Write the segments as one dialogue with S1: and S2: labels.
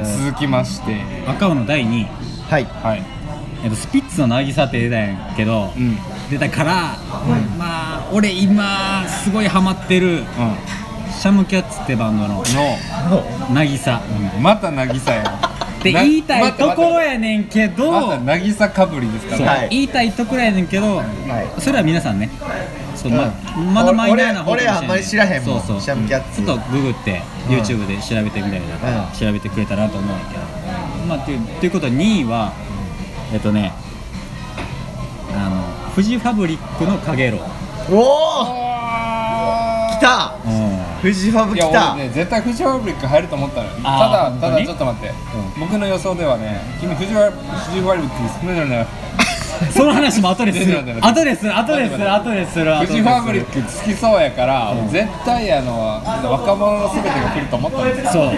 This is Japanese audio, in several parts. S1: 続きまして
S2: 赤尾の第2位、
S3: はい
S1: はい
S2: えっと、スピッツの渚って出たんやけど、
S1: うん
S2: 出たから、まあ俺今すごいハマって
S1: う
S2: るシャムキャッツってバンド
S1: ん
S2: の
S1: の
S2: 渚
S1: また渚や
S2: って言いたいところやねんけど、
S1: また渚かぶりですか
S2: そう
S1: ら
S3: はい
S2: 言いたいところやねんけど、
S3: は
S2: それは皆さんねちょっとま,、
S3: うん
S2: まだマイナーな方
S3: 俺俺あんまり知らへんもん
S2: そうそう
S3: シャムキャッツ
S2: ちょっとググって
S3: うん
S2: YouTube で調べてみたりだとか、
S3: うん
S2: 調べてくれたらと思うんやけど、まあ、っていうっていうことは2位はえっとねあのフジファブリックの「かげろう」
S3: おお来たフジファブ
S1: い
S3: 来
S1: や
S3: た、
S1: 俺ね絶対フジファブリック入ると思ったのよ
S2: あ
S1: ただ
S2: ー本当
S1: ただ
S2: に
S1: ちょっと待って、僕の予想ではね君フジファフジファブリック好きなんだよね
S2: その話も 後でする
S1: 出てる出てる
S2: 後でする後でする後でする後
S1: フ
S2: でする
S1: ジファブリック好きそうやから、絶対あの若者の全てが来ると思ったんですよ
S2: そう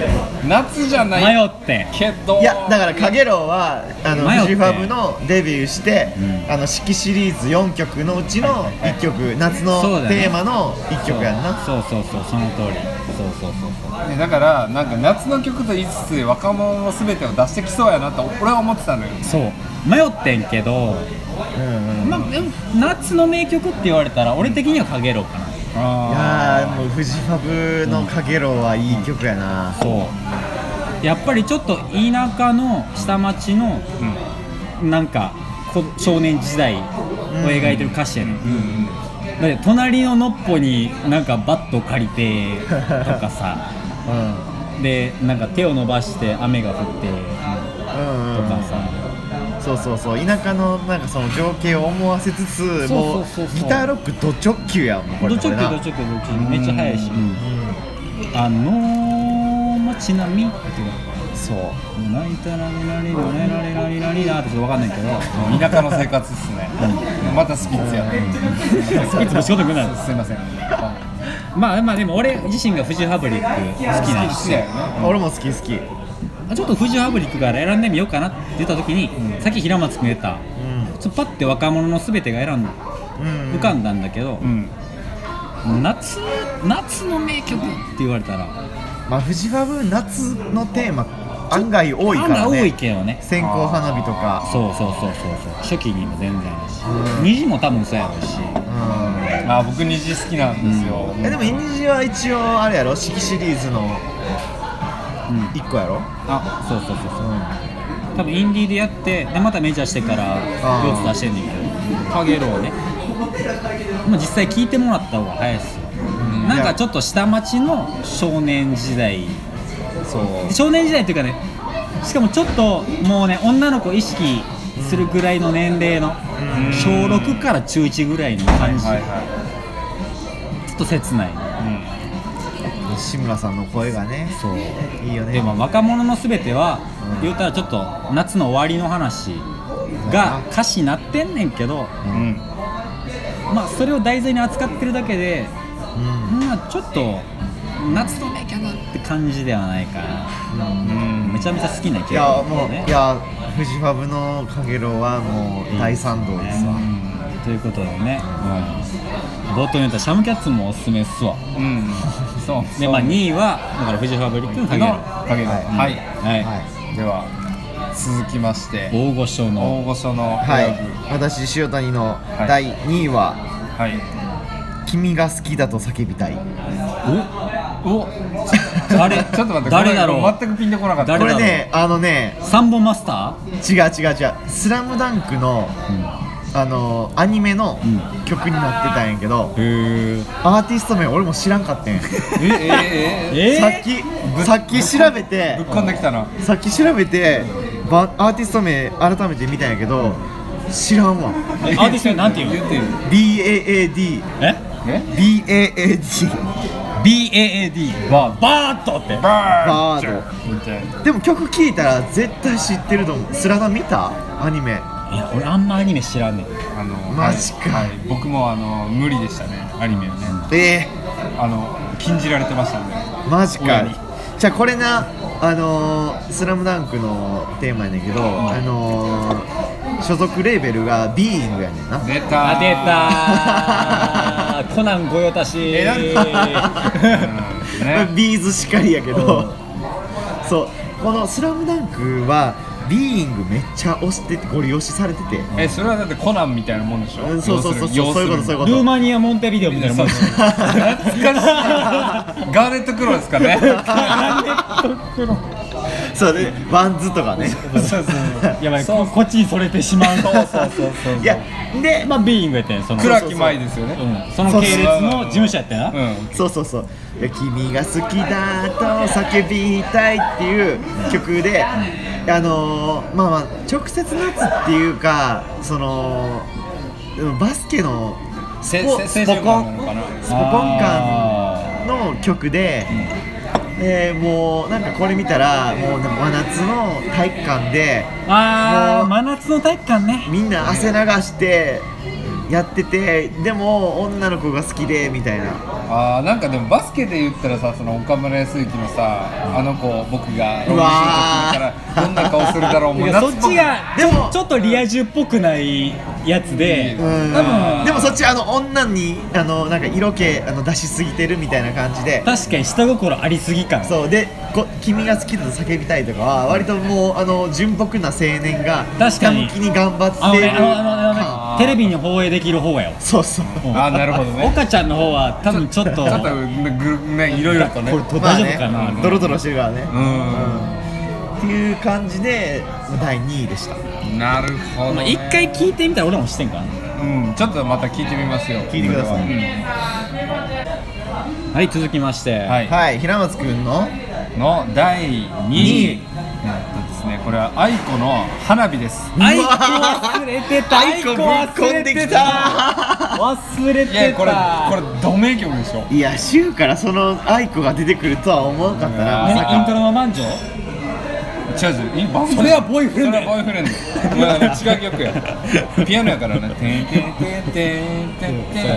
S1: 夏じゃない
S2: 迷って
S1: けど
S3: いやだから「かげろう」はあの
S2: 迷って
S3: フジファブのデビューして、
S2: う
S3: あの四季シリーズ4曲のうちの1曲、夏の
S2: そうだね
S3: テーマの1曲やんな
S2: そうそうそうそうその通りそうそうそうそう
S1: ねだからなんか夏の曲と言いつつ若者の全てを出してきそうやなと俺は思ってたのよ
S2: そう迷ってんけど、
S3: うんうん
S2: まあ、でも夏の名曲って言われたら俺的には「かげろう」かない
S3: やーもうフジファブの「かげろう」はいい曲やな、
S2: そうやっぱりちょっと田舎の下町の
S1: うん
S2: なんかこ少年時代を描いてる歌詞やねん、
S1: うんうん
S2: だって隣ののっぽになんかバット借りてとかさ
S3: うん、
S2: でなんか手を伸ばして雨が降って
S3: うんうん
S2: とかさ、
S3: そうそうそう田舎のなんかその情景を思わせつつもう
S2: そうそうそうそう
S3: ギターロックド直球やんもうこれ
S2: どちょっ
S3: これ
S2: と
S3: な
S2: どちょっとどちょっとめっちゃ速いし、あのー、まあちなみにっていうか
S3: うんそう
S2: 泣いたらになりなれられらりらりなってちょっと分かんないけど
S1: もう田舎の生活っすねまたスピッツやね
S2: いつも仕事行くな
S1: すいません好
S2: まあまあでも俺自身がフジファブリック好きなんで
S1: きだよね
S3: 俺も好き好き
S2: ちょっとフジファブリックから選んでみようかなって言った時に、さっき平松君言った
S3: うん
S2: ちょっとパッて若者の全てが選ん
S3: うん
S2: 浮かんだんだけど、
S1: うん
S2: 夏夏の名曲って言われたら
S3: まあフジファブ夏のテーマ案外多いか
S2: 案
S3: ら
S2: 外多い
S3: ね
S2: けどね
S3: 線香花火とか
S2: そうそうそうそうそう初期にも全然あるし、虹も多分そうやろうし
S3: うん
S1: あ僕虹好きなんですよ、
S3: えでもイニジは一応あれやろ四季シリーズの1個やろ
S2: あそうそうそうそう
S3: うん
S2: 多分インディーでやってでまたメジャーしてから
S3: ー
S2: 4つ出してんねんけどかげろうねまあ実際聞いてもらった方が早いっすよなんかちょっと下町の少年時代
S3: そう
S2: 少年時代っていうかねしかもちょっともうね女の子意識するぐらいの年齢の
S1: ん
S2: 小6から中1ぐらいの感じち
S1: は
S2: ょ
S1: いは
S2: っと切ない
S1: い、
S3: 志村さんの声がね
S2: そう
S3: いいよね
S2: でも若者のすべては
S3: うん
S2: 言うたらちょっと夏の終わりの話が歌詞になってんねんけど
S1: うんうん
S2: まあそれを題材に扱ってるだけで
S3: うん
S2: まあちょっと夏の名曲って感じではないかなめちゃめちゃ好きない曲
S3: やもう、
S2: ね
S3: いやフジファブのかげろうはもう大賛同ですわ、
S2: うんということでね、冒頭に言ったシャムキャッツもおすすめっすわ
S1: うん、そう
S2: でまあ2位はだからフジファブリックの
S1: 影
S2: 影
S1: の
S2: の
S1: 影の
S3: は
S1: はい、
S2: はい、
S3: はい
S1: では続きまして
S2: 大御所の
S1: 大御所の
S3: は
S1: ライブ
S3: い、私塩谷の
S1: い
S3: 第2位は、
S1: はい、
S3: 君が好きだと叫びたい」
S2: おお誰
S1: ちょっと待って
S2: 誰だろう
S1: これ全くピンとこなかった
S3: こ
S2: 誰だろ
S3: れ
S2: う
S3: ねあのね
S2: サンボマスタ
S3: 違う違う違う「スラムダンクの、あのアニメの
S2: うん
S3: 曲になってたんやけど、
S2: ーへ
S3: アーティスト名俺も知らんかったんやさ
S1: えええええ
S2: えー、
S3: っきさっき調べて
S1: ぶっこんできたな
S3: さっき調べてばアーティスト名改めて見たんやけど知らんわ
S2: アーティスト名なんて言
S1: 言
S2: う
S1: ってる
S3: BAAD
S2: え
S1: え
S3: BAAD
S2: BAAD バーバーッとって
S1: バ
S3: バー
S1: ドみたいな
S3: でも曲聴いたら絶対知ってると思うスラダン見たアニメ
S2: いや俺あんまアニメ知らんねん
S1: あの
S3: マジか
S1: はいはい僕もあの無理でしたねアニメはね
S3: え
S1: あの禁じられてましたんで
S3: ー、マジ
S1: 親
S3: か
S1: に
S3: じゃあこれなあのー「スラムダンクのテーマやねんけど、あのー、所属レーベルがビーイングやねんな
S1: 出た
S2: あ出たー コナン御用達
S1: えなん
S3: まあ
S1: ね
S3: ビーズしかりやけど、そうこの「スラムダンクはビーイングめっちゃ押しててゴリ押しされてて
S1: えそれはだってコナンみたいなもんでしょ、
S3: うんそうそうそうそう
S1: 要す
S3: そうい
S1: る
S3: う
S1: に
S3: ことそういう
S1: 要
S3: こ
S2: ルー
S3: と
S2: マニア・モンテビデオみたいなもんですよ
S1: するに懐かし いガーレットクローですかね
S3: そうでワンズとかね
S1: そうそうそう
S2: やばいここっちにそれてしまうと
S1: そうそうそうそう
S3: いや
S2: でまあビーイングやったんやそ の
S1: 倉木舞ですよね
S2: うんその系列の事務所やったよ
S1: う
S2: な、
S1: ん
S3: そうそうそう「いや君が好きだと叫びたい」っていう曲であのーまあまあ直接のやつっていうかそのうんバスケのス
S1: せ
S3: ポ
S1: せ
S3: ス
S1: 青春
S3: ポコ
S1: 感なの
S3: ン
S1: かな
S3: スポコン感の曲で、えーもうなんかこれ見たらもうなんか真夏の体育館で
S2: あ
S3: も
S2: あ
S3: う
S2: 真夏の体育館ね
S3: みんな汗流してやっててでも女の子が好きでみたいな。
S1: あーなんかでもバスケで言ったらさその岡村康之のさ、あの子僕が
S3: う
S1: ロングシュート決め
S3: わー
S1: たらどんな顔するだろうも
S2: いうやそ
S1: 夏
S2: っ
S1: っぽく
S2: ちが
S3: でも
S2: ちょっとリア充っぽくないやつで、
S3: うん
S2: 多分
S3: でもそっちあの女にあのなんか色気あの出しすぎてるみたいな感じで
S2: 確かに下心ありすぎ感
S3: そうでこ「君が好きだと叫びたい」とかは割ともうあの純朴な青年が
S2: 確かに
S3: ひたむきに頑張
S2: あ
S3: っ
S2: の
S3: てる
S2: ねあのあのあのね
S1: あー
S2: テレビに放映できる方やよ
S3: そうそう
S1: あーなるほどね
S2: 岡ちゃんの方は多分ちょっと
S1: ちょっとぐねいろいろとね
S2: これと
S3: まあ
S2: 大丈夫かな、
S3: ね、ドロドロしてるからね、
S1: う
S3: っていう感じでまあ第2位でした
S1: んなるほど
S2: まあ
S1: ね
S2: 一回聞いてみたら俺らもしてんかな
S1: うんちょっとまた聞いてみますよ
S3: 聞いてください
S1: うん
S2: はい続きまして、
S1: はい
S3: はい平松くんの
S1: の第2位
S3: 二位
S1: えっとですねこれは愛子の花火です
S2: アイコ忘れてた
S3: アイコぶっ込んできた
S2: 忘れて
S1: い
S2: た
S1: やこれこれド名曲でしょ
S3: いや週からその愛子が出てくるとは思わなかったな
S1: う
S3: ま
S1: ん
S3: さ
S2: 何イント
S3: か
S2: ロの満場
S1: 違う違ういいバンド
S2: それはボーイフレンド
S1: それはボーイフレンドいや違う曲やピアノやからねてんてんてんてんてんてんてん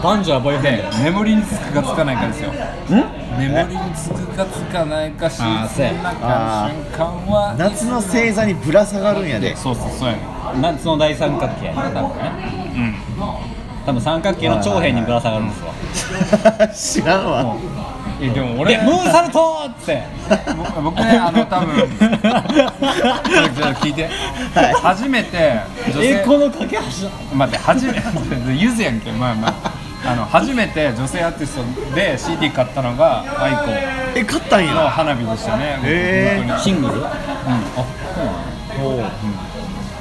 S2: バンジョはボーイフレン
S1: で眠りにつくかつかないかですよ
S2: ドん
S1: 眠りにつくかつかないかし
S2: あーそうや
S1: なか瞬間は
S3: 夏の星座にぶら下がるんやで
S1: そうそうそうやね
S2: 夏の大三角形やね多分ね多分三角形の長辺にぶら下がるんですわ
S3: 知らんわ
S1: うんいやでも
S2: で
S1: 俺
S2: ムーンサルトーっつって
S1: 僕僕ねあの多分 ちょっと聞いて、
S3: はい
S1: 初めて女性
S2: 栄光の架け橋だ
S1: 待って初め てゆずやんけまあまああの初めて女性アーティストで CD 買ったのが愛子
S3: え勝ったん
S1: の
S3: や
S1: 花火でしたね、
S3: へー
S1: 本当に
S2: シングルうんあそうなの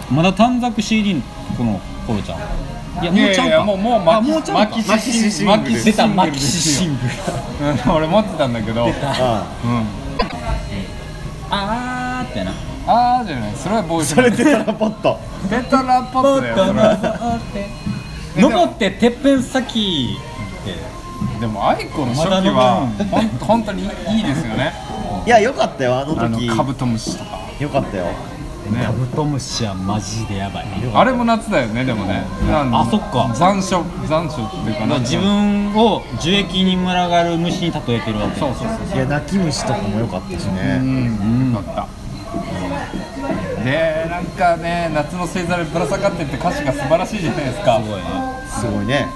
S2: まだ短冊 CD この頃じゃんい
S1: い
S2: やもう
S1: やい
S2: ち
S1: や
S2: ゃん
S1: いや
S2: か
S1: もうもう
S2: あもうちゃんか
S1: マキシマキシシングル
S3: マキシ
S2: 出たマキ
S1: で
S2: シ
S1: す
S2: シ
S1: よ
S2: ングル
S1: うん 俺持ってたんだけど、うん、
S3: あ
S2: あーってな
S1: あーじゃないそれはボーイ
S3: あ
S1: ズ
S3: それ出たらポット
S1: ベトラポットだよそれはえでも
S2: 登っててっぺん先
S1: でも愛子の初期は
S2: まだ
S1: ほん本当にいいですよね
S3: いやよかったよあの
S1: あの
S3: 時
S1: カブトムシとか
S3: よかったよ
S2: カ
S1: ね
S2: ブトムシはマジでやばい
S1: あれも夏だよねでもねなん
S2: あそっか
S1: 残暑残暑っていうかな
S2: 自分を樹液に群がる虫に例えてるわけ
S1: そうそうそう
S3: いや泣き虫とかもよかったし
S1: う
S3: ね
S1: ん、よかった。で、なんかね、夏の星座でぶら下がってって歌詞が素晴らしいじゃないですか
S2: す。ごいね
S3: すごいね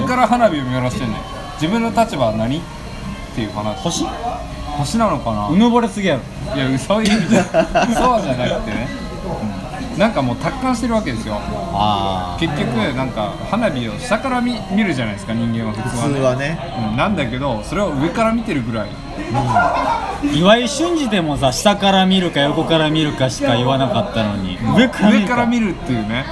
S1: 上から花火を見下ろしてんねん。自分の立場は何っていう話。
S2: 星
S1: 星なのか
S2: うぬぼれすぎやろ
S1: ないや、そういう意味じゃ、そうじゃなくてね。うんなんかもう達観してるわけですよ
S2: あ
S1: 結局なんか花火を下から見見るじゃないですか人間は普通は
S3: 普
S1: ね
S3: 通はね
S1: うん、なんだけどそれを上から見てるぐらい
S2: 岩井俊二でもさ下から見るか横から見るかしか言わなかったのに上から見
S1: 上
S2: る
S1: から見るっていうね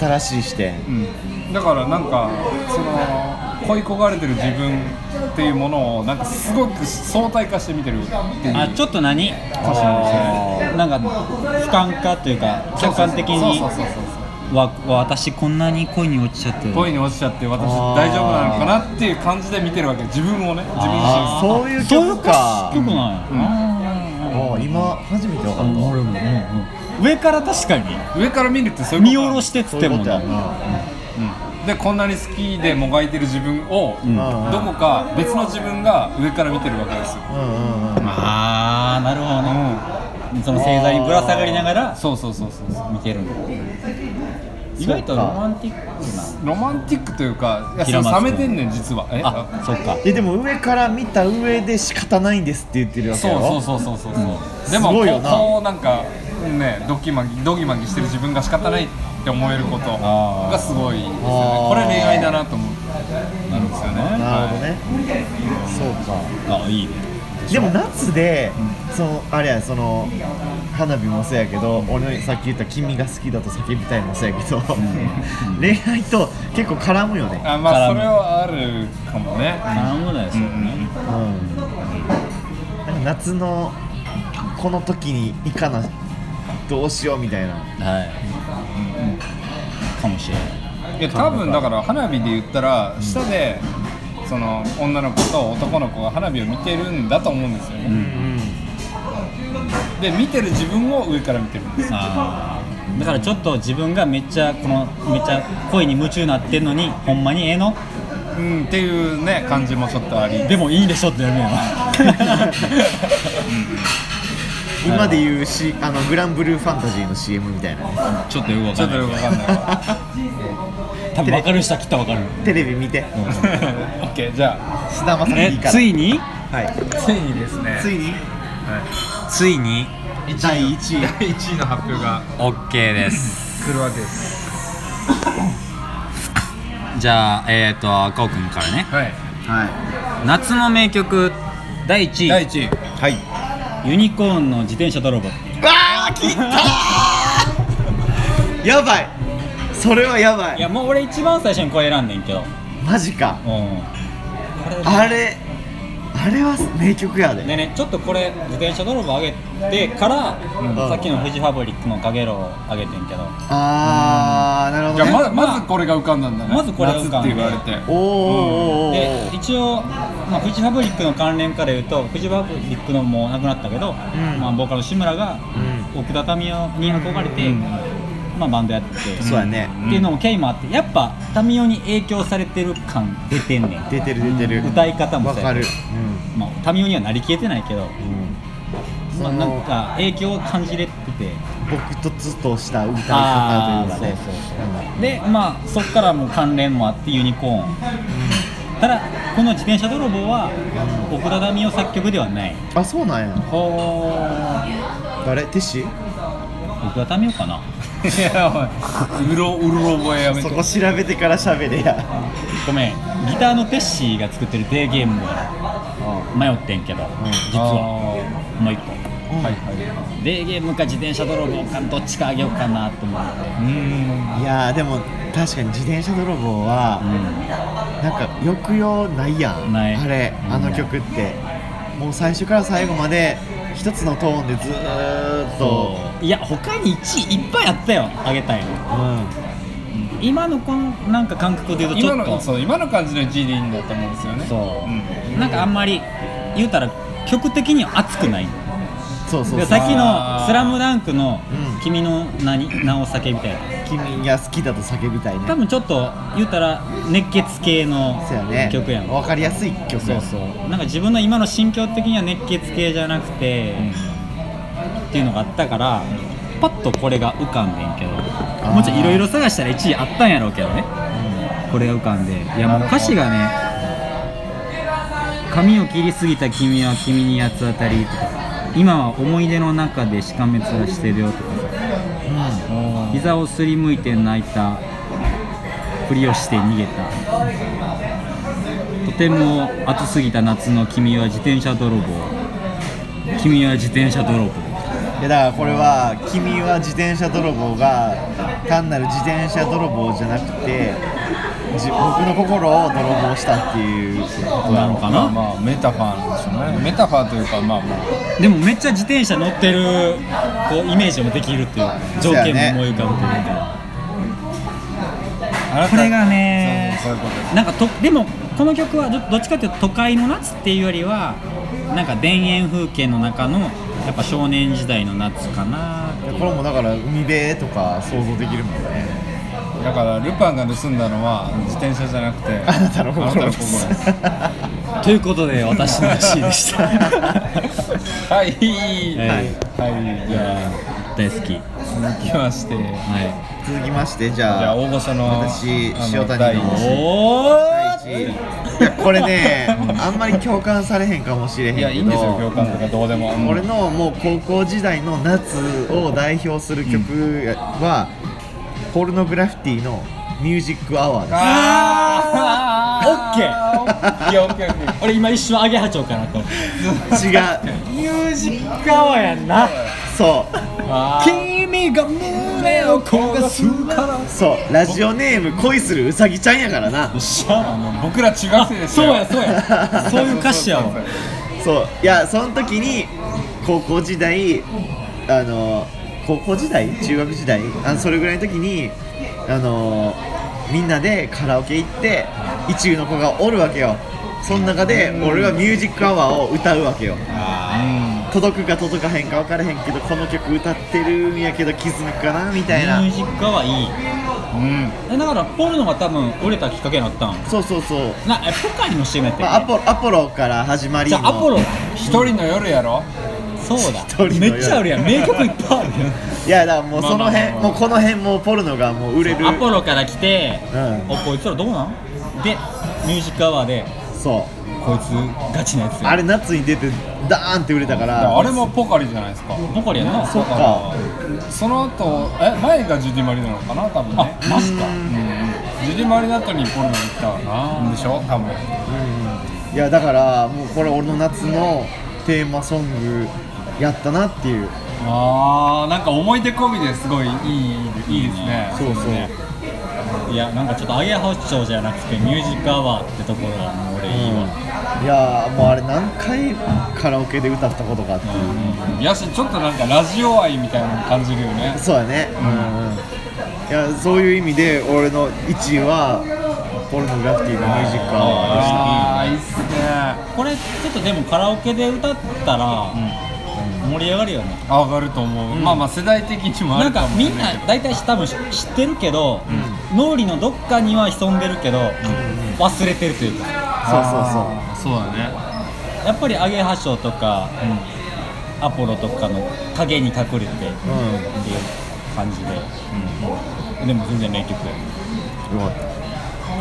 S3: 新しい視点
S1: うん、だからなんかその恋焦がれてる自分っていうものをなんかすごく相対化して見てるっていう
S2: あちょっと何
S1: 歌詞なんですね
S2: なんか俯瞰化というか客観的に
S1: そうそうそうそうそう
S2: わわ私こんなに恋に落ちちゃってる
S1: 恋に落ちちゃって私
S3: あー
S1: 大丈夫なのかなっていう感じで見てるわけ自分をね自分
S2: あー
S1: 自
S3: そういう曲か
S2: そういう曲なんや
S3: あ今初めて分か
S2: うん
S3: っ
S2: 俺もうんうん上から確かに
S1: 身上から見るってそういうこ
S2: 見
S1: と
S2: 下ろしてった
S3: そ
S2: つっ
S3: うい
S2: て
S3: うこ
S2: も
S3: とや
S2: な
S3: な
S1: うんでこんなに好きでもがいてる自分を、
S3: ん
S1: どこか別の自分が上から見てるわけですよ、
S3: うんうんうん
S2: あーなるほどねその星座にぶら下がりながら
S1: そうそうそうそうそう
S2: 見てるんだ意外とロマンティックな
S1: ロマンティックというかいやそ
S2: 平
S1: れ
S2: 松
S1: 冷め
S2: 君
S1: てんねん実はえ
S2: あそっか
S3: いやでも上から見た上で仕方ないんですって言ってるわけ
S1: そう
S3: よ
S1: そうそうそうそうそう、でも
S3: す
S1: こ
S3: ご
S1: う
S3: いよな
S1: こうなんかねドキマギドギマギしてる自分が仕方ないって思えること
S2: あー
S1: がすごいですよね
S3: あー
S1: これ恋愛だなと思うんですよね
S3: なるほど
S1: はい
S3: ねそうか
S2: あいいね
S3: でも夏で、そのあれやその花火もそうやけど俺のさっき言った「君が好きだと叫びたい」もそうやけど、 恋愛と結構絡むよね、
S1: あまあ
S2: 絡
S1: そ
S2: む
S1: れはあるかもね
S2: 絡むないですよね
S3: うん、なんか夏のこの時にいかなどうしようみたいな
S2: はいかもしれない
S1: いや多分だから花火で言ったら下でその女の子と男の子が花火を見てるんだと思うんですよね、で見てる自分を上から見てるんです
S2: あーだからちょっと自分がめっちゃこのめっちゃ恋に夢中になってんのにほんまにええの
S1: うんっていうね感じもちょっとあり
S2: でもいいでしょってやめよ
S3: 今で言うしあのグランブルーファンタジーの CM みたいなね
S2: ちょっとよくわ
S1: ち
S2: か
S1: ょっ
S2: ん
S1: とよく
S2: な
S1: わ
S2: い
S1: かんないわ
S2: 多分わかる人はきっとわかる
S3: テレビ見
S1: オ
S3: て
S1: ッケーじゃあ
S3: 菅田将暉い
S2: え
S3: いから
S2: ついに
S3: はい、
S1: ついにですね
S3: ついに
S2: ついに
S3: 第1位
S1: 第1位の発表が
S2: OK です
S1: 来るわけです
S2: じゃあえっ、ー、と赤尾君からね
S1: はい
S3: は
S2: 夏の名曲第1位
S1: 第1位
S3: いはい
S2: ユニコーンの自転車泥棒
S3: わあ切ったーやばいそれはやばい
S2: いやもう俺一番最初にこれ選んでんけどうん
S3: マジか
S2: これ
S3: あれあれは名曲やで
S2: でねちょっとこれ自転車泥棒上げてから、さっきのフジファブリックのかげろを上げてんけど
S3: あーなるほ
S1: じゃ
S3: ど
S1: あ
S3: ね
S1: ままずこれが浮かんだんだね
S2: まずこれが浮かんで
S1: 夏って言われて
S3: おーおーおー
S2: で一応、まあ、フジファブリックの関連から言うとフジファブリックのもう亡くなったけど、
S3: ん
S2: まあ、ボーカルの志村が奥田民生に憧れて、
S1: うん
S2: まあ、バンドやってて、
S3: そうやね
S2: っていうのも経緯もあってやっぱ民生に影響されてる感出てんねん、
S3: 出てる出てる
S2: 歌い方も
S3: わ
S2: そう
S3: か
S2: や
S3: る
S2: けどまあ、民生にはなりきれてないけど、
S3: うん、
S2: ま
S3: うんそ
S2: あ、なん
S3: の
S2: か影響を感じれてて。
S3: 僕とつとした歌い
S2: あ
S3: 方と
S2: ー
S3: いうかね
S2: そうそうでまあそっからもう関連もあってユニコーンただこの自転車泥棒は奥田民生作曲ではない
S3: うんあそうなんや
S2: ほ
S3: 誰ティッシュ
S2: 奥田民生かない
S1: やおいうろうろ覚えやめ
S3: そ
S1: て
S3: こ調べてから喋れや
S2: ごめんギターのテッシーが作ってるデーゲームが迷ってんけど、実は
S1: は
S2: も
S1: い
S2: う一
S1: はい
S2: 個デーゲームか自転車泥棒かどっちかあげようかなと思って、
S1: うん
S3: いやーでも確かに自転車泥棒は、なんか抑揚ないやん
S2: ない
S3: あれあの曲って、もう最初から最後まで一つのトーンでずーっと
S2: そういや他に1位いっぱいあったよあげたいの今のこのなんか感覚で言うとち
S1: 今
S2: ょっと
S1: のそう今の感じの G でいいんだと思うんですよね
S2: そう、
S1: ん
S2: なんかあんまり言うたら曲的には熱くない
S3: そうそうそう
S2: でさっき
S1: あ
S2: の
S1: ー
S2: 「スラムダンクの
S3: うん
S2: 「君の名に名を叫びたい」
S3: 君が好きだと叫びたいね
S2: 多分ちょっと言うたら熱血系の
S3: そうやね
S2: 曲やん
S3: 分かりやすい曲
S2: そうそうなんか自分の今の心境的には熱血系じゃなくて、っていうのがあったからパッとこれが浮かんでんけど
S3: ー
S2: もうちろんいろいろ探したら1位あったんやろうけどねこれが浮かんでいやもう歌詞がね「髪を切りすぎた君は君に八つ当たり」とか「今は思い出の中でしかめつらしてるよ」とか「膝をすりむいて泣いたふりをして逃げた」とても暑すぎた夏の君は自転車泥棒君は自転車泥棒
S3: いやだからこれは「君は自転車泥棒」が単なる自転車泥棒じゃなくてじ僕の心を泥棒したっていうこと
S2: な
S3: やろ
S2: の
S1: ま
S2: か
S1: あ
S2: な
S1: まあメタファーなんでしょうねメタファーというかまあまあ
S2: でもめっちゃ自転車乗ってるこうイメージもできるっていう条
S3: そうやね
S2: 件も思い浮かぶというか、
S1: あなた
S2: これがね
S1: そうそういうことです
S2: なんかとでもこの曲はどどっちかっていうと都会の夏っていうよりはなんか田園風景の中のやっぱ少年時代の夏かなっていう
S3: これもだから海辺とか想像できるもんね
S1: だからルパンが盗んだのは自転車じゃなくて
S3: あなたの
S1: あなたの
S3: 心で
S1: 心
S3: す
S1: です
S2: ということで私の1位でした
S1: はい
S2: は
S1: は
S2: い
S1: い
S2: い
S1: じゃ
S2: やー大好きは
S1: あ続きまして
S2: い
S3: 続きましてじゃあ
S1: じゃあ大御所の
S3: 私
S1: あの
S3: 塩谷
S1: 第
S3: の
S1: 一
S2: お
S3: 第一位いやこれねあんまり共感されへんかもしれへんけ
S1: い
S3: ど
S1: やいいんですよ共感とかどうでも
S3: 俺のもう高校時代の夏を代表する曲は、ポルノグラフィティのミュージックアワーです
S1: あ
S2: あ
S1: オッケーいやオッケーオッケー
S2: 俺今一瞬アゲハチョウかなと思って
S3: 違う
S2: ミュージックアワーやんな
S3: そう
S2: 君が胸を焦がすから
S3: そうラジオネーム恋するうさぎちゃんやからな
S2: しゃ
S1: あの僕ら中学生です
S2: そう
S1: よ
S2: やそうやそういう歌詞やわ
S3: そういやその時に高校時代あの高校時代中学時代あそれぐらいの時にあのみんなでカラオケ行って一流の子がおるわけよその中で俺はミュージックアワーを歌うわけよ届くか届かへんか分からへんけどこの曲歌ってるんやけど気づくかなみたい
S2: ミュ
S3: な
S2: ージックアワーいい
S1: うん
S2: えだからポルノが多分売れたきっかけになったん
S3: そうそうそう、
S2: なえポカリの CM やって
S3: まあ、アポアポロから始まり
S2: じ
S3: の
S2: ゃあアポロだ
S1: 一人の夜やろ
S2: そうだ
S3: 一人の
S2: め
S3: 夜
S2: っちゃあるやん名曲いっぱいある
S3: いやだからもうその辺、
S1: まあまあまあまあ
S3: もうこの辺もうポルノがもう売れる
S2: やんアポロから来て
S3: うん
S2: おこいつらどうなんでミュージックアワーで
S3: そう
S2: こいつガチなやつ
S3: あれ夏に出てダーンって売れたから
S1: あれもポカリじゃないですか
S2: ポカリやな
S3: そっか
S1: その後え前がジュディ・マリなのかな多分
S2: あ
S1: ね
S2: マジか
S1: ジュディ・マリの後にポルノに来たわなでしょ多分
S3: いやだからもうこれ俺の夏のテーマソングやったなっていう
S1: あーなんか思い出込みですごいいいいいですね
S3: そうそう
S2: いやなんかちょっとアゲハチョウじゃなくてミュージックアワーってところがもう俺いいわ
S3: いやもうあれ何回カラオケで歌ったことかっていう、
S1: うんやしちょっとなんかラジオ愛みたいなの感じるよね
S3: そうやねうん、うん、いやそういう意味で俺の1位はポルノグラフィティのミュージックアワーでした
S1: あーいいっすね
S2: これちょっとでもカラオケで歌ったら盛り上がるよね
S1: 上がると思う、まあまあ世代的にもあ
S2: な
S1: る
S2: んか
S1: も
S2: み
S1: ね
S2: んな大体多分知ってるけど、脳裏のどっかには潜んでるけど、忘れてるというか
S3: そう
S1: そうそうそうだね
S2: やっぱりアゲハショウとか、アポロとかの影に隠れてっていう
S3: そうそう
S2: 感じで、でも全然名曲やね
S3: うんよかっ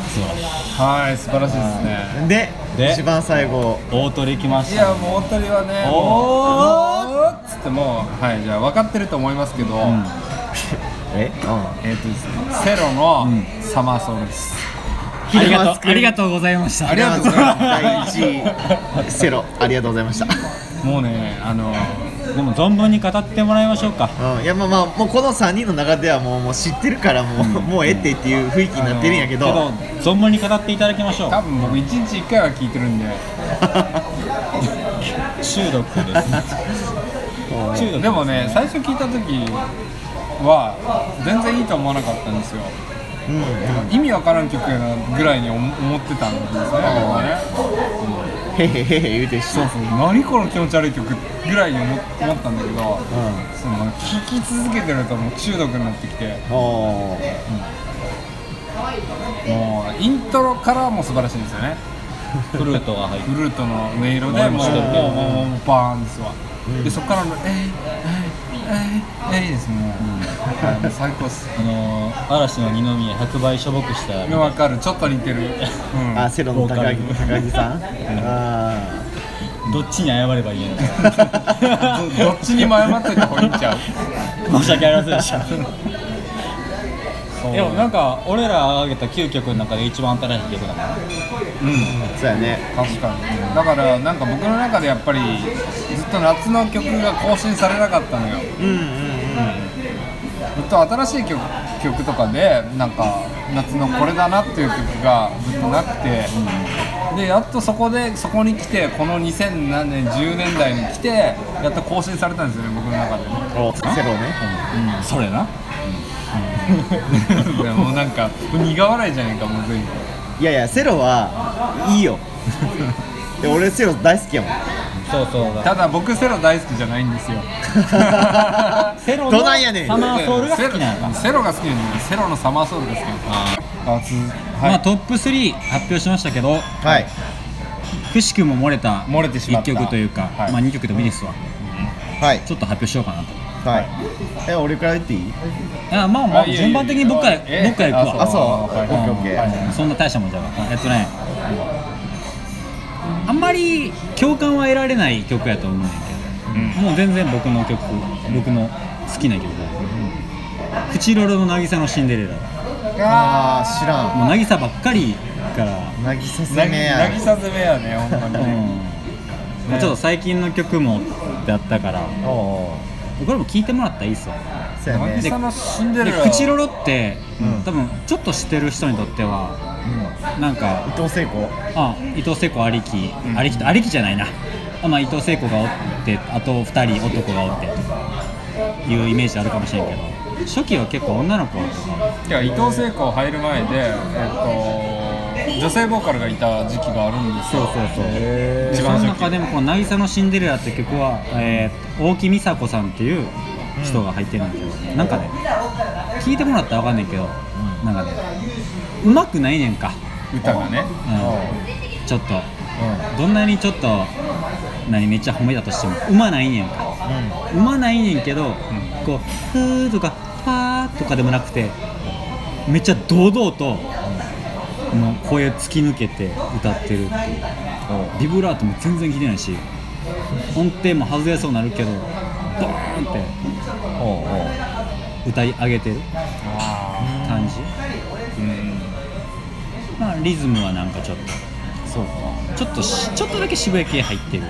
S2: 素晴らしい
S1: はい素晴らしいですね
S3: たで
S2: で
S3: 一番最後
S2: 大鳥来ま
S1: い
S2: した
S1: やもうお二人はね
S2: お
S1: もうっつってもうはいじゃあ分かってると思いますけ ど、
S2: ん
S3: えうん
S1: えっ、とですねセロの
S2: ん
S1: サマーソウルです、
S2: ありが
S3: マス
S2: とう
S3: ク
S2: ありがとうございました
S1: ありがとうございます
S3: 第1位セロありがとうございました
S1: もうねあの
S2: でも存分に語ってもらいましょうか
S3: うん、いやまあまあもうこの3人の中ではもうもう知ってるからもう,、もうええってっていう雰囲気になってるんやけ
S2: け
S3: ど、
S2: ど存分に語っていただきましょう
S1: 多分僕一日一回は聞いてるんで
S2: 中毒 です中毒
S1: でもね最初聞いた時は全然いいと思わなかったんですよ
S3: うん
S1: 意味わからん曲やなぐらいに思思ってたんですねだからね
S3: へへへへ言うてし
S1: そうそう何この気持ち悪い曲ぐらいに思思ったんだけど
S3: うん
S1: その聞き続けてるともう中毒になってきて
S3: おー
S1: もうイントロからも素晴らしいんですよね
S2: フルートが入って
S1: フルートの音色でもうもうもうもうバーンですわ、でそこからの「えいえいえいえい」ですもう、はい最高っす
S2: あのー、嵐の二宮100倍しょぼくした
S1: わかるちょっと似てる、うん、
S3: あセロの高
S2: ボ
S3: 木
S2: ー
S3: 高木さんあ
S2: どっちに謝ればいいのか
S1: どどっちにも謝っといた方がいいんちゃう
S2: 申し訳ありませんでしたでもなんか俺らあげた9曲の中で一番新しい曲だな
S1: うん
S3: ーそうやね
S1: 確かにだからなんか僕の中でやっぱりずっと夏の曲が更新されなかったのよ
S3: うんうんうん
S1: ずっと新しい曲曲とかでなんか夏のこれだなっていう曲がずっとなくて、でやっとそこでそこに来てこの2000何年10年代に来てやっと更新されたんですよね僕の中でね
S3: おセロね
S2: それな
S1: いやもうなんか 苦笑いじゃねえかもう全部
S3: いやいやセロは いいよで俺セロ大好きやもん
S2: そうそうだ
S1: ただ僕セロ大好きじゃないんですよ
S2: セロの
S3: どないやねん
S2: サマーソウルが好きなのか
S1: セロセロが好きなんだよセロのサマーソウルが好きなんだよあつ
S2: ま
S1: は
S2: あ
S1: い、
S2: トップ3発表しましたけど
S3: はい
S2: くしくも漏れた
S1: 漏れてしまった
S2: 1曲というか、
S1: はい
S2: まあ2曲でもいいですわ
S3: はい
S2: ちょっと発表しようかなと
S3: はいえ俺から言っていい
S2: あまあまあ順番的にどっかへどっかへ行くわ
S3: あそう
S1: はい
S3: オッケーオッケー
S1: はい
S2: そんな大したもんじゃないえっとねあんまり共感は得られない曲やと思うんやけどもう全然僕の曲僕の好きな曲だよプチロロの渚のシンデレラ
S3: あー知らん
S2: もう渚ばっかりから
S3: 渚
S1: な
S3: 攻めや
S1: 渚攻めやねほんまに
S2: うん
S1: ね
S2: まあちょっと最近の曲もだったから
S3: おお
S2: これも聴いてもらったらいいっすよ
S3: ーそうやね
S1: 渚のシンデレ
S2: で
S1: ラ
S2: プチロロって、
S3: うん
S2: 多分ちょっと知ってる人にとっては
S3: うん
S2: なんか
S3: 伊藤聖子
S2: あ伊藤聖子ありき、ありきとありきじゃないなあ、まあ、伊藤聖子がおってあと2人男がおってというイメージあるかもしれんけど初期は結構女の子とか
S1: いや伊藤聖子入る前で、えっと、女性ボーカルがいた時期があるんですよ
S2: で
S1: 一
S2: そ
S1: 番
S2: の
S1: 初期
S2: 中でもこの「渚のシンデレラ」って曲は、えー大木美佐子さんっていう人が入ってるんだけど、なんかね聞いてもらったらわかんないけど、なんかねうまくないねんか、
S1: 歌がね
S2: うんちょっとどんなにちょっと何めっちゃ褒めたとしてもうまないねんか
S3: う
S2: うまないねんけど、こう「ふー」とか「はー」とかでもなくてめっちゃ堂々と、もう声突き抜けて歌ってるっていうビブラートも全然聞いてないし音程も外れそうになるけどドーンって
S3: んおうおう
S2: 歌い上げてる
S1: あ
S2: 感じ、
S1: うん
S2: まあ、リズムはなんかちょっと
S3: そうか
S2: ちょっとしちょっとだけ渋谷系入ってる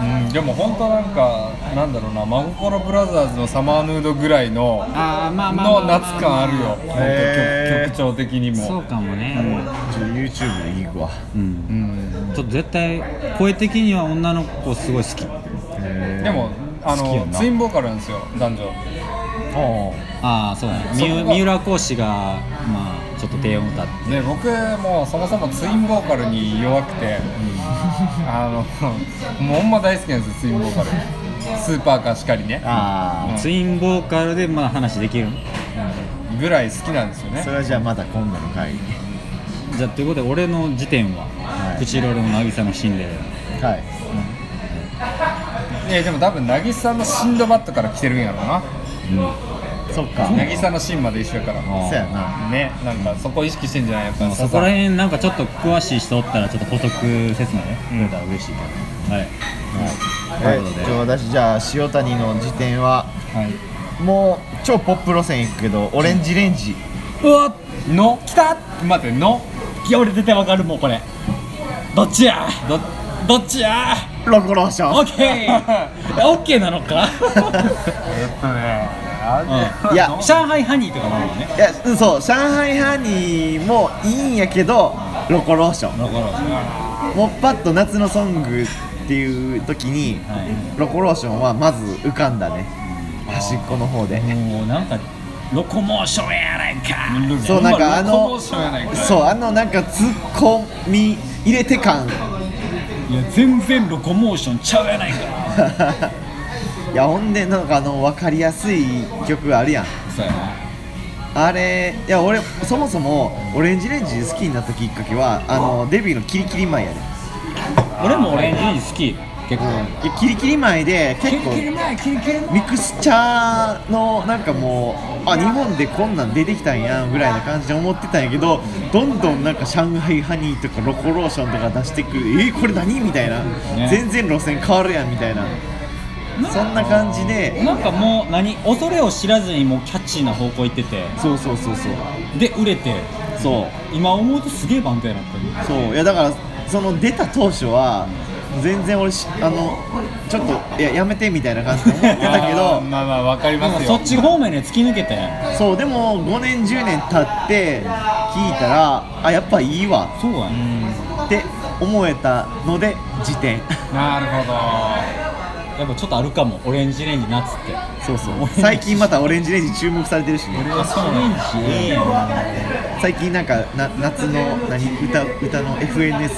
S1: うん、でも本当なんかなんだろうな真心ブラザーズのサマーヌードぐらいの
S2: ああまあ
S1: の夏感あるよ本当
S3: へー
S1: 曲曲調的にも
S2: そうかもね、
S3: ちょ YouTube でいくわ
S2: うん
S1: うん
S2: ちょっと絶対声的には女の子すごい好き
S3: で
S1: でもあ
S2: 好きや
S1: の
S2: な
S1: ツインボーカルなんですよ男女
S3: おう
S2: ああそうだね
S1: そこ
S2: 三
S1: が
S2: 浦三浦講師がまあちょっと低音歌って、
S1: で僕もうそもそもツインボーカルに弱くて、あのもうほんま大好きなんですよツインボーカル スーパーかしかりね
S3: あ
S1: うん
S2: ツインボーカルでまあ話できる
S1: ぐらい好きなんですよ
S3: あそ
S1: ね
S3: れはじゃあまた今度の回に
S2: じゃあということで俺の時点は、
S3: はい
S2: プチロルの渚のシンデレ
S3: はい
S1: えでも多分渚のシンドバッドから来てるんやろうな
S2: ラ、
S3: そっかそ
S1: 渚のシンまで一緒やから
S2: あ
S3: うやな
S1: ねなんかそこ意識してんじゃないやっぱ
S2: まあ、そこら辺なんかちょっと詳しい人おったらちょっと補足説明ねく
S1: うん
S2: れたら嬉しいけど、はい
S3: は
S2: はいい
S3: えっと私じゃあ塩谷の辞典は
S2: はい
S3: もう超ポップ路線行くけどオレンジレンジ
S2: うわ
S1: の来た待っての
S2: いや俺絶対わかるもうこれどっちや
S1: ど
S2: どっちや
S3: ロコローション
S2: ケーオッケーなのか
S1: えっとねあ
S3: うんいや
S2: 上海ハニーとかもあるよね
S3: いやうんそう上海ハニーもいいんやけどロコローションもうパッと夏のソングっていう時にロコローションはまず浮かんだね端っこの方で
S2: もうなんかロコモーションやないか
S3: そうなんかあ
S1: ロコモ
S3: の
S1: ーションやないかい
S3: そうあのなんかツッコミ入れて 感
S2: いや全然ロコモーションちゃうやないか
S3: いやほんでなんかあの分かりやすい曲あるやん
S1: そうやな
S3: あれいや俺そもそもオレンジレンジ好きになったきっかけはあのデビューのキリキリ前やね
S2: 俺もオレンジレンジ好き結
S3: いやキリキリ前で結構ミクスチャーのなんかもうあ日本でこんなん出てきたんやんぐらいな感じで思ってたんやけどどんどんなんか上海ハニーとかロコローションとか出してくるえー、これ何みたいな、
S2: ね
S3: 全然路線変わるやんみたいなそんな感じで
S2: なんかもう何恐れを知らずにもうキャッチーな方向行ってて
S3: そうそうそうそう
S2: で売れて
S3: そう
S2: 今思うとすげえバンドやなってる
S3: そういやだからその出た当初は全然俺しあのちょっといややめてみたいな感じで思ってた け
S1: あー
S3: ど
S1: まあまあわかり
S2: な
S1: ま
S2: んか
S1: す
S2: そ
S1: よ
S2: っち方面で突き抜けて
S3: そうでも5年10年経って聞いたらあやっぱいいわ
S2: そうやね
S3: って思えたので辞典
S1: なるほど
S2: やっぱちょっとあるかもオレンジレンジ夏って
S3: そうそう最近またオレンジレンジ注目されてるしね
S2: オレンジええやん
S3: 最近なんかな夏の何歌歌の FNS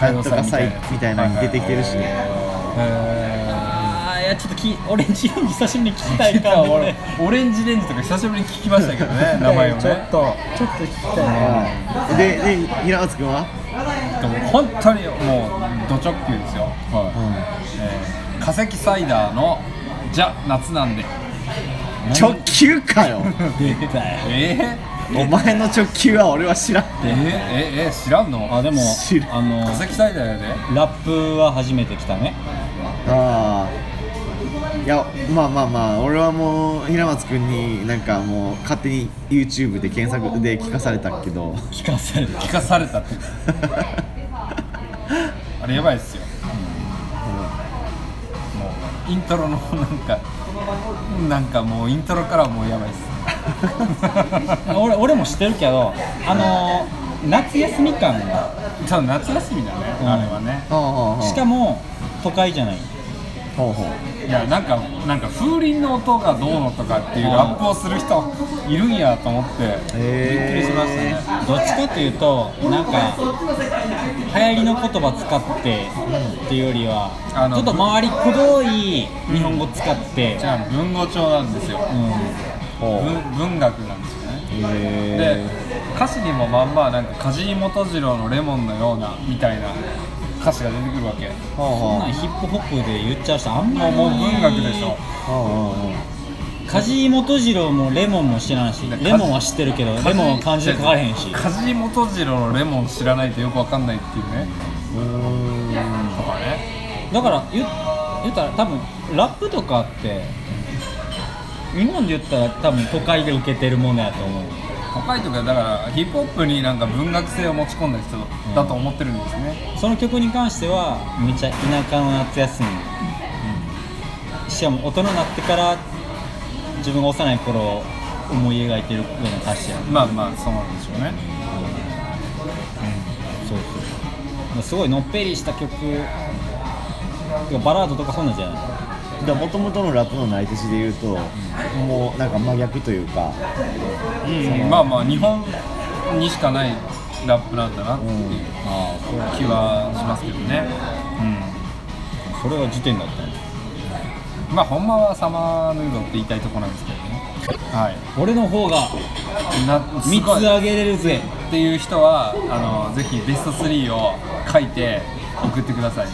S3: なんとか祭みたいなのに出てきてるしね
S1: え
S2: あーいやちょっときオレンジレンジ久しぶりに聞きたいかも
S1: 俺オレンジレンジとか久しぶりに聞きましたけど ね名前をねちょっとちょっと聞きた
S3: はいでで平松君は
S1: 本当にもうド直球ですよ、えー化石サイダーのじゃ夏なんで
S3: 直球か よ
S2: 出たよ
S1: えー、
S3: お前の直球は俺は知らん
S1: えー、えー、えー、知らんの
S2: あでも
S3: 知ら
S2: あの
S1: 化石体だよね
S2: ラップは初めて来たね
S3: ああいやまあまあまあ俺はもう平松君になんかもう勝手に YouTube で検索で聞かされたけど
S2: 聞かされた
S1: 聞かされたってあれやばいっすよ、もうイントロのなんかなんかもうイントロからもうやばいっす
S2: 俺俺も知ってるけどあのー夏休み感が
S1: じゃあ夏休みだね、
S2: うん
S1: あれはね
S3: し
S2: しか
S3: も
S2: も都会じゃない
S3: ほうほう
S1: いやなんかなんか風鈴の音がどうのとかっていうラップをする人いるんやと思ってびっく
S3: へー
S1: りしましたね
S2: どっちかっていうとなんか流行りの言葉使ってっていうよりは
S1: あの
S2: ちょっと回りくどい日本語使って
S1: じゃあ文語帳なんですよ
S2: う
S3: ほ
S1: 文文学なんですよね
S3: うへ
S1: で歌詞にもまんまなんか梶井元次郎の「レモンのような」みたいな歌詞が出てくるわけ
S3: ーほうん
S2: そんな
S3: ほ
S2: ん
S3: う
S2: ヒップホップで言っちゃう人あんま
S1: もう
S2: り
S1: もう文学でしょ
S3: ほうほうほう
S2: 梶井元次郎もレモンも知らんしレモンは知ってるけどレモンは漢字で書かれへんし
S1: 梶井元次郎のレモン知らないとよくわかんないっていうね
S3: うーん
S1: とかね
S2: だから言っ言ったら多分ラップとかって日本で言ったら多分都会で受けてるものやと思う
S1: 都会とかだからヒップホップになんか文学性を持ち込んだ人だと思ってるんですね、
S2: その曲に関してはめっちゃ田舎の夏休み、しかも大人になってから自分が幼い頃を思い描いてるような歌詞やね
S1: まあまあそうなんでしょうね
S2: そうそうすごいのっぺりした曲てかバラードとかそんなんじゃない
S3: だから元々のラップのない手しで言うと、もうなんか真逆というか、
S1: うんまあまあ日本にしかないラップなんだなっていう
S2: ああ
S1: 気はしますけどね
S2: それは時点だったね
S1: まあほんまはサマーヌードって言いたいとこなんですけどねはい
S2: 俺の方が
S1: なす
S2: 3
S1: ご
S2: つ
S1: い
S2: あげれるぜ
S1: っていう人はあのぜひベスト3を書いて送ってくださいね